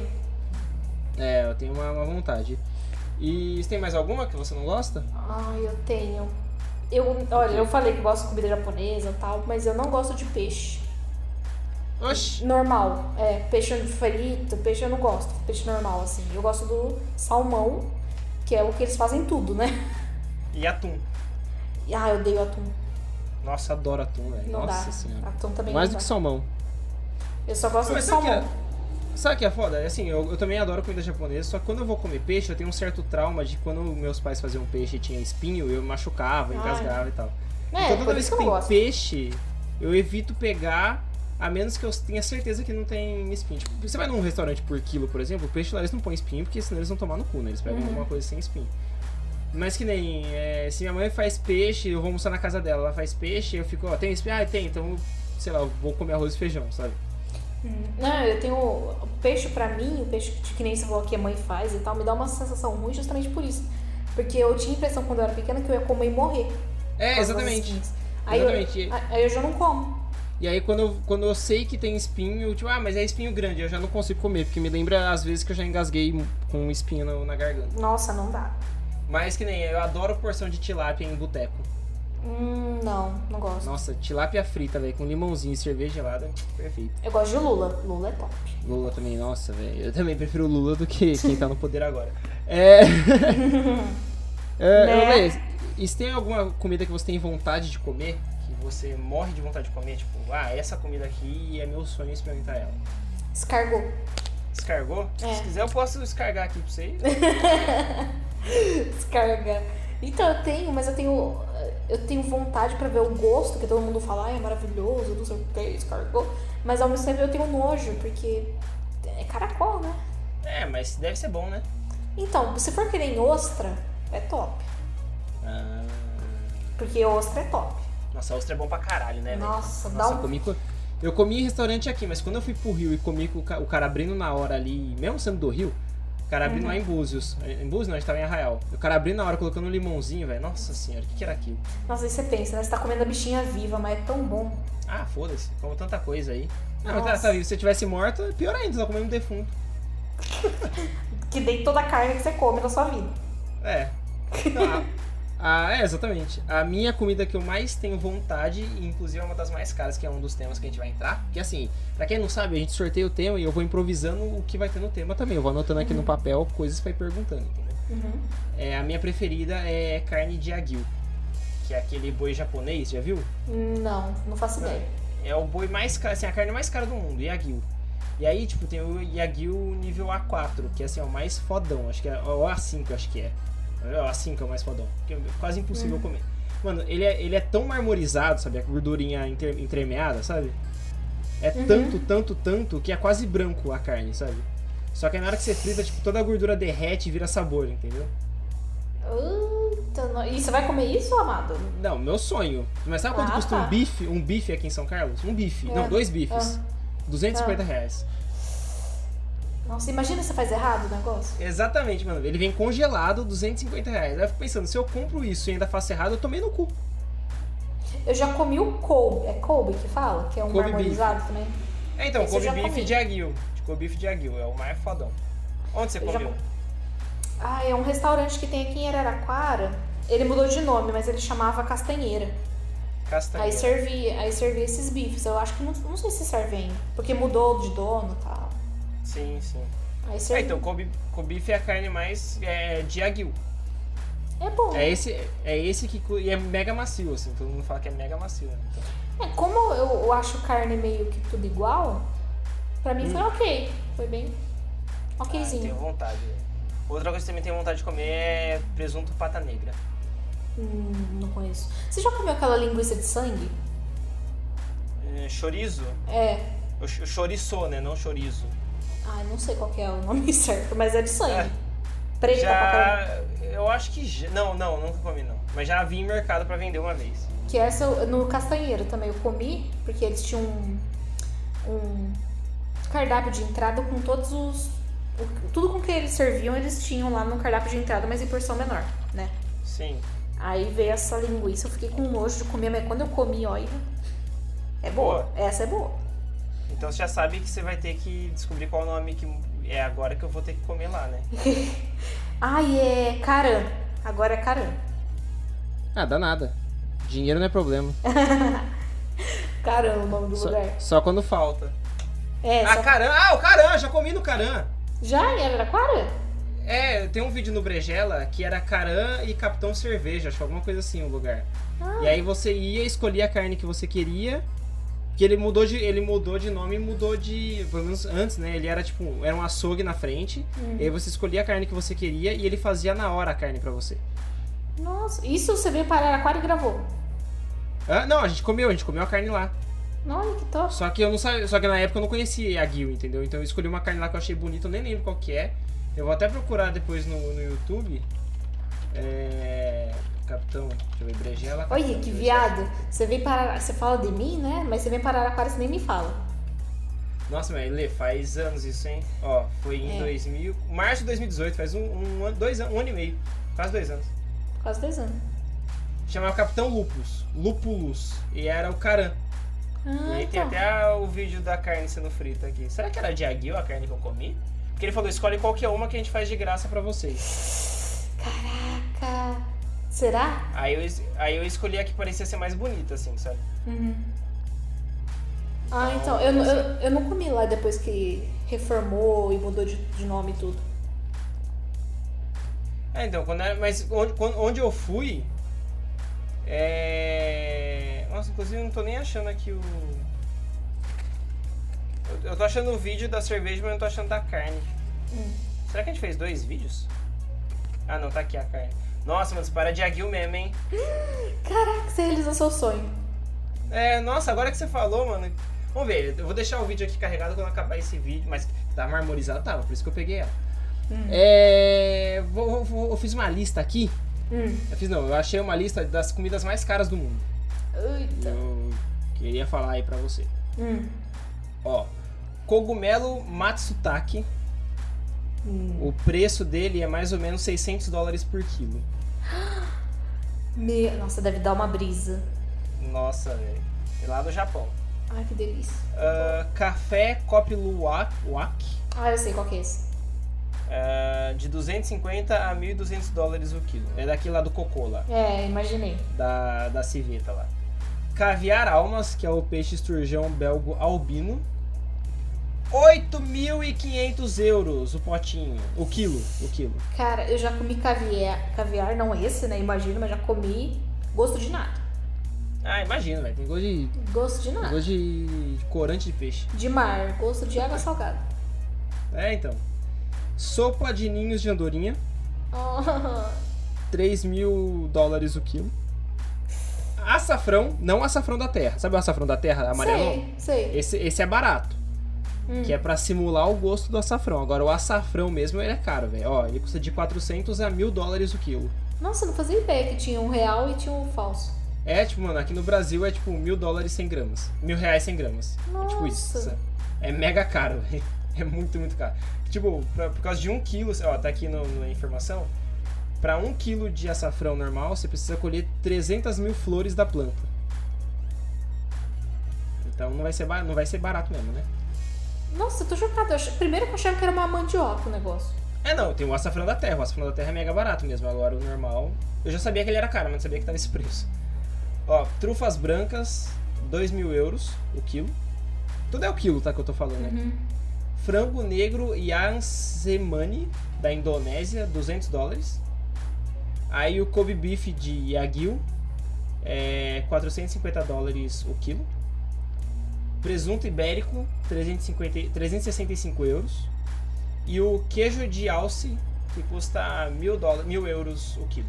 É, eu tenho uma, uma vontade. E tem mais alguma que você não gosta?
Ai, eu tenho. Eu, olha, eu falei que gosto de comida japonesa e tal, mas eu não gosto de peixe.
Oxi!
Normal, é, peixe frito, peixe eu não gosto, peixe normal, assim. Eu gosto do salmão, que é o que eles fazem tudo, né? <laughs>
E atum.
E, Ah, eu odeio atum.
Nossa, adoro atum, velho.
Não
Nossa
dá. Tá
senhora.
Atum também
Mais do
não
que
dá.
salmão.
Eu só gosto de
Mas sabe que
salmão.
é? Sabe o que é foda? Assim, eu, eu também adoro comida japonesa, só que quando eu vou comer peixe, eu tenho um certo trauma de quando meus pais faziam peixe e tinha espinho, eu machucava,
Ah.
engasgava e tal.
É,
então toda
por
vez
isso
que
eu
tem
não gosto.
peixe, eu evito pegar, a menos que eu tenha certeza que não tem espinho. Tipo, você vai num restaurante por quilo, por exemplo, o peixe lá eles não põem espinho, porque senão eles vão tomar no cu, né? Eles pegam
Uhum.
alguma coisa sem espinho. Mas que nem, é, se minha mãe faz peixe, eu vou almoçar na casa dela, ela faz peixe, eu fico, ó, tem espinho? Ah, tem, então, sei lá, eu vou comer arroz e feijão, sabe?
Não, eu tenho. O peixe pra mim, o peixe que, que nem você falou que a mãe faz e tal, me dá uma sensação ruim justamente por isso. Porque eu tinha a impressão quando eu era pequena que eu ia comer e morrer.
É,
Com as nossas
exatamente.
espinhas. Aí, eu-
Exatamente.
a- aí eu já não como.
E aí, quando eu, quando eu sei que tem espinho, tipo, ah, mas é espinho grande, eu já não consigo comer, porque me lembra às vezes que eu já engasguei com um espinho na, na garganta.
Nossa, não dá.
Mas que nem, eu adoro porção de tilápia em boteco.
Hum, não, não gosto.
Nossa, tilápia frita, velho, com limãozinho e cerveja gelada, perfeito.
Eu gosto de Lula. Lula é top.
Lula também, nossa, velho, eu também prefiro Lula do que quem tá no poder
Poder
<laughs>
agora.
É. é
Né?
Lulê,
E se tem alguma comida que você tem vontade de comer, que você morre de vontade de comer, tipo, ah, essa comida aqui é meu sonho experimentar ela.
<laughs> Escargot.
Descargou?
É.
Se quiser eu posso descargar aqui pra
<laughs>
vocês.
Descarga. Então eu tenho, mas eu tenho. Eu tenho vontade pra ver o gosto, que todo mundo fala, ai, é maravilhoso, não sei o que, escargot. Mas ao mesmo tempo eu tenho nojo, porque é caracol, né?
É, mas deve ser bom, né?
Então, se for que nem ostra, é top.
Ah,
Porque ostra é top.
nossa, ostra é bom pra caralho, né? velho?
Nossa, dá
nossa, eu
um.
comi. co- Eu comi em restaurante aqui, mas quando eu fui pro Rio e comi com o ca- o carabrino na hora ali, mesmo sendo do Rio, o
Uhum.
carabrino lá em Búzios. Em Búzios não, a gente tava em Arraial. O carabrino na hora colocando um limãozinho, velho. Nossa senhora, o que, que era aquilo?
Nossa, aí você pensa, né? Você tá comendo a bichinha viva, mas é tão bom.
Ah, foda-se, como tanta coisa aí. Não, mas tá,
Nossa.
tá vivo. Se você tivesse
é
morto, pior ainda, você tá comendo um defunto.
Que dei toda a carne que você come na sua vida.
É. Não, a- a- é, exatamente. A minha comida que eu mais tenho vontade, e inclusive é uma das mais caras, que é um dos temas que é a gente vai entrar.
Porque assim, pra quem não sabe, a gente sorteia o tema e eu vou improvisando o que vai ter no tema também. Eu vou anotando aqui no papel coisas pra ir perguntando, entendeu?
Uhum.
É, a minha preferida é carne de aguil, que é aquele boi japonês, já viu?
Não, não faço
Não.
ideia.
É o boi mais caro, assim, a carne mais cara do mundo, Yagyu. E aí, tipo, tem o Yagyu nível A4, que assim, é o mais fodão, acho que é, ou A5, acho que é. É, O A5 é o mais fodão, que é quase impossível
Hum.
comer. Mano, ele é, ele é tão marmorizado, sabe? A gordurinha inter- entremeada, sabe? É
Uhum.
tanto, tanto, tanto que é quase branco a carne, sabe? Só que aí na hora que você frita, tipo, toda a gordura derrete e vira sabor, entendeu?
Eita, no- E você vai comer isso, amado?
Não, meu sonho. Mas sabe quanto
Ah,
custa
tá.
um bife? Um bife aqui em São Carlos? Um bife.
É.
Não, dois bifes.
Ah.
250 reais.
Nossa, imagina se faz errado o negócio.
Exatamente, mano. Ele vem congelado, 250 reais. Aí eu fico pensando, se eu compro isso e ainda faço errado, eu tomei no cu.
Eu já comi o Kobe. É Kobe que fala? Que é um
Kobe beef.
marmorizado também?
É, então,
Esse eu
Kobe
já
Beef
comi.
de Aguil. De Kobe Beef de Aguil, é o mais fodão. Onde você
Eu já
comeu?
comi. Ah, é um restaurante que tem aqui em Araraquara. Ele mudou de nome, mas ele chamava Castanheira.
Tá
Castanha.
Aí servia, aí servia esses bifes. Eu acho que não, não sei se serve ainda. Porque mudou de dono e tal.
Sim, sim.
Aí você.
É, então, Kobe, Kobe é a carne mais é, de aguil.
É bom.
É esse, é esse que. cu- E é mega macio, assim. Todo mundo fala que é mega macio, né? Então,
É, como eu, eu acho carne meio que tudo igual, pra mim
Hum.
foi ok. Foi bem
eu Ah, tenho
okzinho.
vontade. Outra coisa que também tenho vontade de comer é presunto pata negra. Ah,
Hum, não conheço. Você já comeu aquela linguiça de sangue?
É, chorizo?
É.
O ch- chorizo, né? Não chorizo.
Ai, não sei qual que é o nome <laughs> certo, mas é de sangue. Preta pra caramba.
Já. Eu acho que. já- Não, não, nunca comi não. Mas já vi em mercado pra vender uma vez.
Que essa eu- no Castanheiro também eu comi, porque eles tinham um, um cardápio de entrada com todos os. o- tudo com que eles serviam, eles tinham lá no cardápio de entrada, mas em porção menor, né?
Sim.
Aí veio essa linguiça, eu fiquei com nojo de comer, mas quando eu comi, olha. É boa.
Boa.
Essa é boa. <laughs>
Então você já sabe que você vai ter que descobrir qual o nome que é agora que eu vou ter que comer lá, né?
Ai, é caran. Agora é caran.
Ah, dá nada. Dinheiro não é problema.
Caran é o nome do
Só,
lugar.
só quando falta.
É,
Ah,
só-
Caran! Ah, o Caran! Já comi no Caran!
Já em Araraquara?
É, tem um vídeo no Brejela que era Caran e Capitão Cerveja, acho que alguma coisa assim o lugar. E aí você ia escolher a carne que você queria. Que ele mudou de ele mudou de nome e mudou de, pelo menos antes, né? Ele era tipo, era um açougue na frente. E aí você escolhia a carne que você queria e ele fazia na hora a carne pra você.
Nossa, isso você veio para Araraquara e gravou.
Ah, não, a gente comeu, a gente comeu a carne lá.
Olha que top.
Só que eu não sabia, só que na época eu não conhecia a Gil, entendeu? Então eu escolhi uma carne lá que eu achei bonita, eu nem lembro qual que é. Eu vou até procurar depois no, no YouTube. É. Capitão, deixa eu ver, Brejela.
Olha
Capitão,
que
deixa eu ver.
viado. Você vem para. Você fala de mim, né? Mas você vem para Araraquara e você nem me fala.
Nossa, mas Lê, faz anos isso, hein? Ó, foi em
É.
2000. Março de 2018, faz um, um ano, dois anos, um ano e meio. Quase dois anos.
Por causa dois anos.
Chamava Capitão Lupus. Lupulus. E era o Caran. E
Ah,
aí tem
então.
Tem até o vídeo da carne sendo frita aqui. Será que era de aguil a carne que eu comi? Porque ele falou, escolhe qualquer uma que a gente faz de graça pra vocês.
tá. Caraca. Será?
Aí eu, es- aí eu escolhi a que parecia ser mais bonita, assim, sabe?
Ah, então. Eu, eu, eu não comi lá depois que reformou e mudou de, de nome e tudo.
É, então, quando era, mas onde, quando- onde eu fui. É. Nossa, inclusive eu não tô nem achando aqui o. Eu- Eu tô achando o vídeo da cerveja, mas não tô achando da carne.
Hum.
Será que a gente fez dois vídeos? Ah, não, tá aqui a carne. Nossa, mas para de aguil mesmo, hein?
Caraca, você realizou seu sonho.
É, nossa, agora que você falou, mano. Vamos ver, eu vou deixar o vídeo aqui carregado quando acabar esse vídeo, mas tá marmorizado, tava, por isso que eu peguei ela.
É. vou- vou- eu fiz uma lista aqui.
Hum.
Eu fiz não, eu achei uma lista das comidas mais caras do mundo.
Eita.
Eu queria falar aí pra você.
Hum.
Ó, cogumelo Matsutake.
Hum.
O preço dele é mais ou menos 600 dólares por quilo.
Me- Nossa, deve dar uma brisa.
Nossa, velho.
é
E Lá do Japão.
Ai, que delícia.
Ah, café Kopi Luwak, Wak,
Ah, eu sei qual que é esse.
ah, de 250 a 1.200 dólares o quilo. É daqui lá do Cocô, lá,
É, imaginei.
da, da civeta lá.
Caviar almas, que é o peixe esturjão belgo albino. 8.500 euros o potinho. O quilo, o quilo.
Cara, eu já comi caviar, caviar, não esse, né? Imagino, mas já comi gosto de nada.
Ah, imagina, velho.
Tem gosto de,
Gosto de nada.
gosto de de corante de peixe.
De mar, gosto de água
<laughs>
salgada.
É, então. Sopa de ninhos de andorinha. Tá
Ah,
3 mil dólares o quilo. Açafrão, não açafrão da terra. Sabe o açafrão da terra amarelo?
sei, sei.
Esse, esse é barato.
Hum.
Que é pra simular o gosto do açafrão. Agora, o açafrão mesmo, ele é caro, velho. Ó, ele custa de 400 a 1000 dólares o quilo.
Nossa, eu não fazia ideia que tinha um real e tinha um falso.
É, tipo, mano, aqui no Brasil é tipo 1000 dólares 100 gramas. Mil reais 100 gramas. É tipo isso.
Nossa.
sabe? É mega caro, <laughs> velho. É muito, muito caro. Tipo, pra- por causa de um quilo, ó, tá aqui no- na informação. Pra um quilo de açafrão normal, você precisa colher 300 mil flores da planta. Então não vai ser, ba- não vai ser barato mesmo, né?
Nossa, eu tô chocada. Eu ach- Primeiro que eu achava que era uma mandioca o negócio.
É, não, tem o açafrão da terra. O açafrão da terra é mega barato mesmo. Agora o normal. Eu já sabia que ele era caro, mas não sabia que tava esse preço. Ó, trufas brancas, 2 mil euros o quilo. Tudo é o quilo, tá? Que eu tô falando aqui. frango negro Yansemani, da Indonésia, 200 dólares. Aí o Kobe Beef de Yagyu, é 450 dólares o quilo. Presunto ibérico, 350, 365 euros. E o queijo de alce, que custa mil, dólares, mil euros o quilo.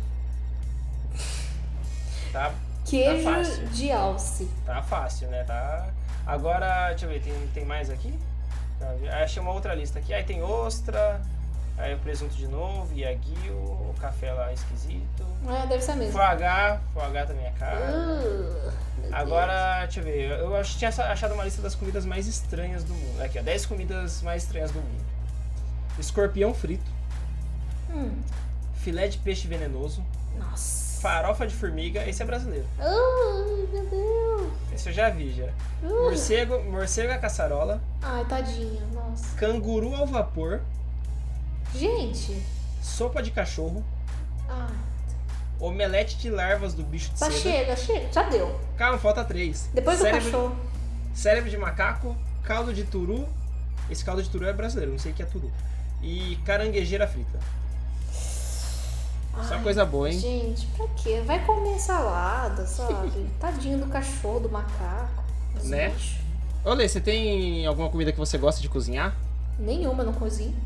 Tá,
Queijo
tá fácil.
de alce.
Tá fácil, né? Tá. Agora, deixa eu ver, tem, tem mais aqui? Deixa eu ver. Aí achei uma outra lista aqui. Aí tem ostra, aí o presunto de novo, Yagyu, o café lá esquisito.
Ah, deve ser mesmo.
Foie gras, foie gras também é caro.
Uh, meu
Agora, deixa eu ver, eu acho que tinha essa- achado uma lista das comidas mais estranhas do mundo. Aqui, ó, 10 comidas mais estranhas do mundo. Escorpião frito,
Deus. Hum,
filé de peixe venenoso,
nossa.
farofa de formiga, esse é brasileiro.
Ai, meu Deus.
Esse eu já vi já.
Uh.
Morcego, morcego à caçarola,
Ai, tadinho, nossa.
canguru ao vapor,
Gente.
sopa de cachorro,
Ah,
omelete de larvas do bicho de
tá
seda.
chega, chega, já deu.
Calma, falta três.
Depois
cérebro,
do cachorro.
Cérebro de macaco, caldo de turu. Esse caldo de turu é brasileiro, não sei o que é turu. E caranguejeira frita. Só um
Ai,
coisa boa, hein?
Gente, pra quê? Vai comer
<laughs>
salada, sabe? Tadinho do cachorro, do macaco. dos
Né?
bichos.
Olê, você tem alguma comida que você gosta de cozinhar?
Nenhuma, não cozinho.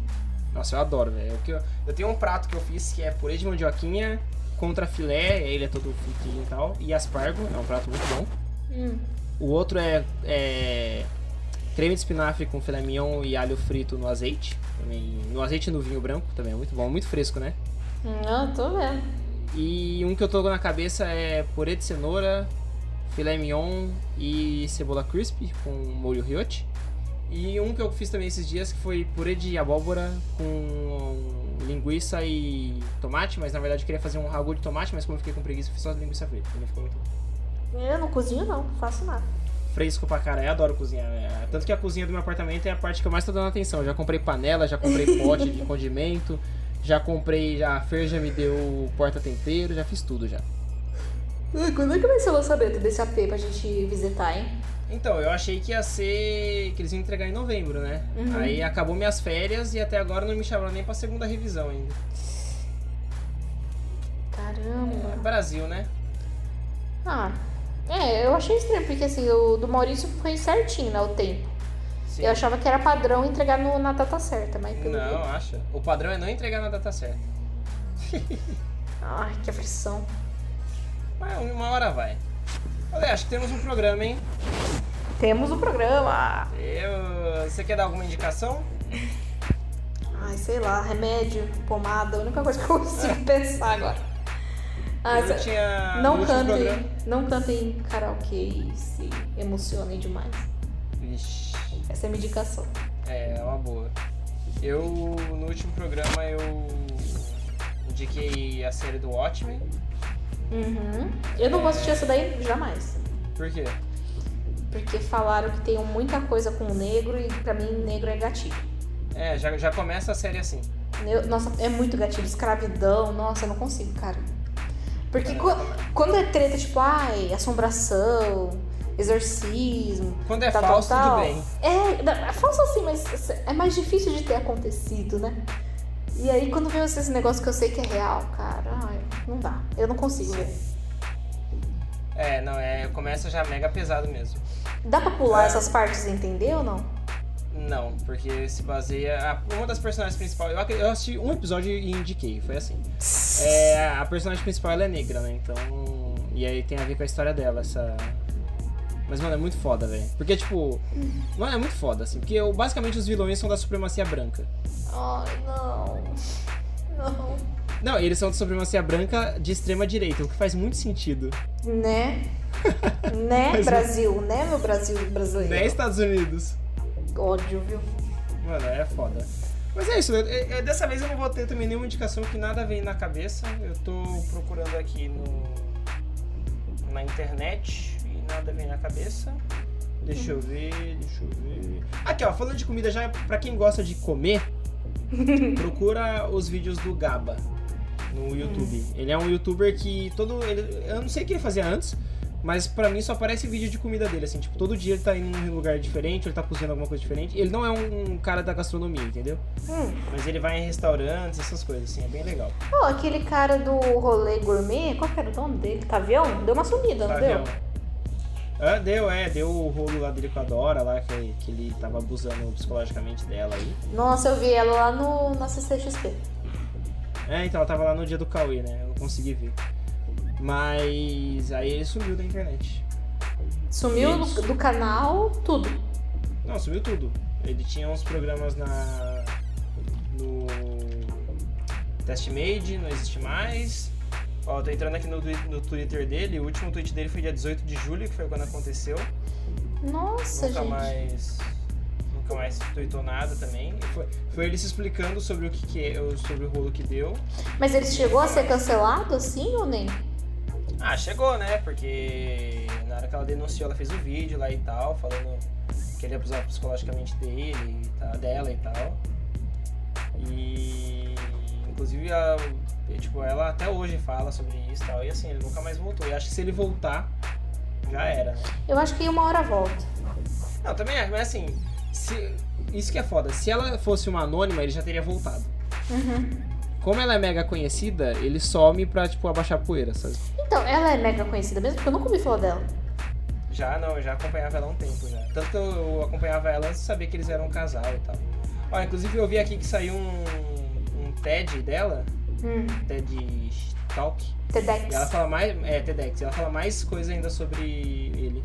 Nossa, eu adoro, velho. O que Eu, eu tenho um prato que eu fiz que é purê de mandioquinha contra filé, ele é todo fritinho e tal, e aspargo, é um prato muito bom.
Hum.
O outro é, é creme de espinafre com filé mignon e alho frito no azeite. Também, no azeite e no vinho branco também é muito bom, muito fresco, né?
Não, Ah, tô vendo.
E um que eu tô na cabeça é purê de cenoura, filé mignon e cebola crispy com molho riote. E um que eu fiz também esses dias que foi purê de abóbora com linguiça e tomate, mas na verdade eu queria fazer um ragu de tomate, mas como eu fiquei com preguiça, eu fiz só linguiça frita. Também ficou muito bom.
Eu É, não cozinho, não, não faço nada.
fresco pra caralho. Eu adoro cozinhar. né? Tanto que a cozinha do meu apartamento é a parte que eu mais tô dando atenção. Já comprei panela, já comprei pote de condimento, já comprei, já a Fer já me deu porta-tempero, já fiz tudo já.
Quando é que vai ser o lançamento desse AP pra gente visitar, hein?
Então, eu achei que ia ser. que eles iam entregar em novembro, né?
Uhum.
Aí acabou minhas férias e até agora não me chamaram nem pra segunda revisão ainda. É
Caramba.
Brasil, né?
É. Ah, é, eu achei estranho, porque assim, o do Maurício foi certinho, né, o tempo.
Sim.
Eu achava que era padrão entregar no- na data certa, mas pelo
Não, acha. O padrão é não entregar na data certa.
Ai, que aflição.
Mas uma hora vai. Olha, acho que temos um programa, hein?
Temos o programa.
Eu- Você quer dar alguma indicação?
Ai, sei lá, remédio, pomada, a única coisa que eu
É.
consigo pensar agora. Ah,
eu
se-
tinha. no
não
último
cantem,
programa-
não cantem karaokê e se emocionem demais.
Vixe,
Essa é a minha indicação.
é uma boa. Eu, no último programa, eu indiquei a série do Watchmen.
Uhum. Eu não vou assistir essa daí jamais.
Por quê?
Porque falaram que tem muita coisa com o negro e pra mim negro é gatilho.
É, já, já começa a série assim.
Eu- nossa, é muito gatilho. Escravidão, nossa, eu não consigo, cara. Porque
É.
quan- quando é treta, tipo, ai, assombração, exorcismo.
Quando é
tal, tal,
falso,
tal.
tudo bem.
É, não, é falso assim, mas é mais difícil de ter acontecido, né? E aí, quando vem esse negócio que eu sei que é real, cara, ai, não dá. Eu não consigo ver.
É, não, é, começa já mega pesado mesmo.
Dá pra pular
É.
essas partes e entender ou não?
Não, porque se baseia. a- uma das personagens principais. Eu, ac- eu assisti um episódio e indiquei, foi assim. É, a personagem principal ela é negra, né? Então. E aí tem a ver com a história dela, essa. Mas, mano, é muito foda, velho. Porque, tipo. Mano, é muito foda, assim. Porque eu- basicamente os vilões são da supremacia branca.
Ai, não. Não.
Não, eles são da supremacia branca de extrema direita, o que faz muito sentido. <laughs>
Né? né,
Mas- é.
Brasil? Né, meu Brasil brasileiro?
Né, Estados Unidos? Né?
Ódio, viu?
Mano, é foda. Mas é isso, eu- eu- dessa vez eu não vou ter também nenhuma indicação que nada vem na cabeça. Eu tô procurando aqui no, na internet e nada vem na cabeça. Deixa eu ver, deixa eu ver. Aqui ó, falando de comida já, é pra quem gosta de comer, procura os vídeos do Gaba no YouTube. Ele é um youtuber que todo. ele- eu não sei o que ele fazia antes, Mas pra mim só aparece vídeo de comida dele, assim, tipo, todo dia ele tá indo num lugar diferente, ele tá cozinhando alguma coisa diferente. Ele não é um, um cara da gastronomia, entendeu?
Hum.
Mas ele vai em restaurantes, essas coisas, assim, é bem legal.
Pô, aquele cara do rolê gourmet, qual que era o nome dele? Tavião? Deu uma sumida, não Então deu?
Pavião. Ah, Tá, deu, é, deu o rolo lá dele com a Dora lá, que, que ele tava abusando psicologicamente dela aí.
Nossa, eu vi ela lá no, na CCXP.
É, então ela tava lá no dia do Cauê, né? Eu não consegui ver. Mas aí ele sumiu da internet.
Sumiu
Isso.
do, do canal, tudo.
Não, sumiu tudo. Ele tinha uns programas na. no. Testmade, não existe mais. Ó, tô entrando aqui no, twi- no Twitter dele, o último tweet dele foi dia 18 de julho, que foi quando aconteceu.
Nossa,
nunca
gente.
mais. Nunca mais tweetou nada também. E Foi, foi ele se explicando sobre o que, que é, sobre o rolo que deu.
Mas ele chegou a ser cancelado assim ou nem?
Ah, chegou, né? Porque na hora que ela denunciou, ela fez um vídeo lá e tal, falando que ele abusava psicologicamente dele, e tal, dela e tal. E inclusive a, e, tipo, ela até hoje fala sobre isso e tal. E assim, ele nunca mais voltou. E acho que se ele voltar, já era. né?
Eu acho que uma hora volta.
Não, também acho, mas assim, se- isso que é foda. Se ela fosse uma anônima, ele já teria voltado.
Uhum.
Como ela é mega conhecida, ele some pra, tipo, abaixar a poeira, sabe?
Então, ela é mega conhecida mesmo, porque eu nunca ouvi falar dela.
Já não, eu já acompanhava ela há um tempo já. Tanto que eu acompanhava ela antes de saber que eles eram um casal e tal. Ó, inclusive eu vi aqui que saiu um, um TED dela,
Hum,
TED Talk, e ela
TEDx.
fala mais. É, TEDx, e ela fala mais coisa ainda sobre ele.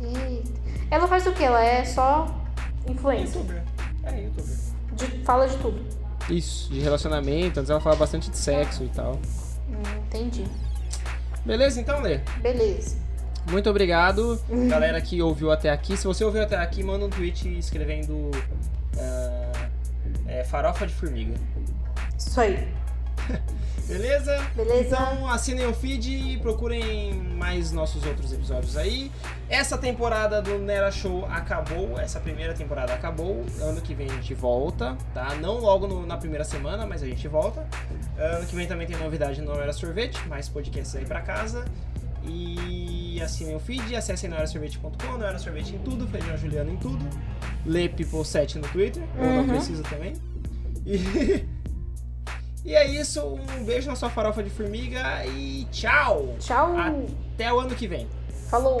Eita. Ela faz o que? Ela é só influencer.
Youtuber. É, youtuber.
De- fala de tudo.
Isso, de relacionamento, antes ela fala bastante de sexo e tal.
Hum, entendi.
Beleza, então, Lê.
Beleza.
Muito obrigado, galera que ouviu até aqui. Se você ouviu até aqui, manda um tweet escrevendo ah, é, farofa de formiga.
Isso aí.
Beleza?
Beleza.
Então assinem o feed e procurem mais nossos outros episódios aí. Essa temporada do Nera Show acabou, essa primeira temporada acabou. Ano que vem a gente volta, tá? Não logo no- na primeira semana, mas a gente volta. Ano que vem também tem novidade no Era Sorvete, mais podcasts aí pra casa. E assinem o feed, acessem noerasorvete.com, Noera Sorvete em tudo, Feijão Juliano em tudo. Lê People7 no Twitter, ou não
Uhum.
precisa também. E... <laughs> E é isso, um beijo na sua farofa de formiga e tchau!
Tchau.
Até o ano que vem.
Falou.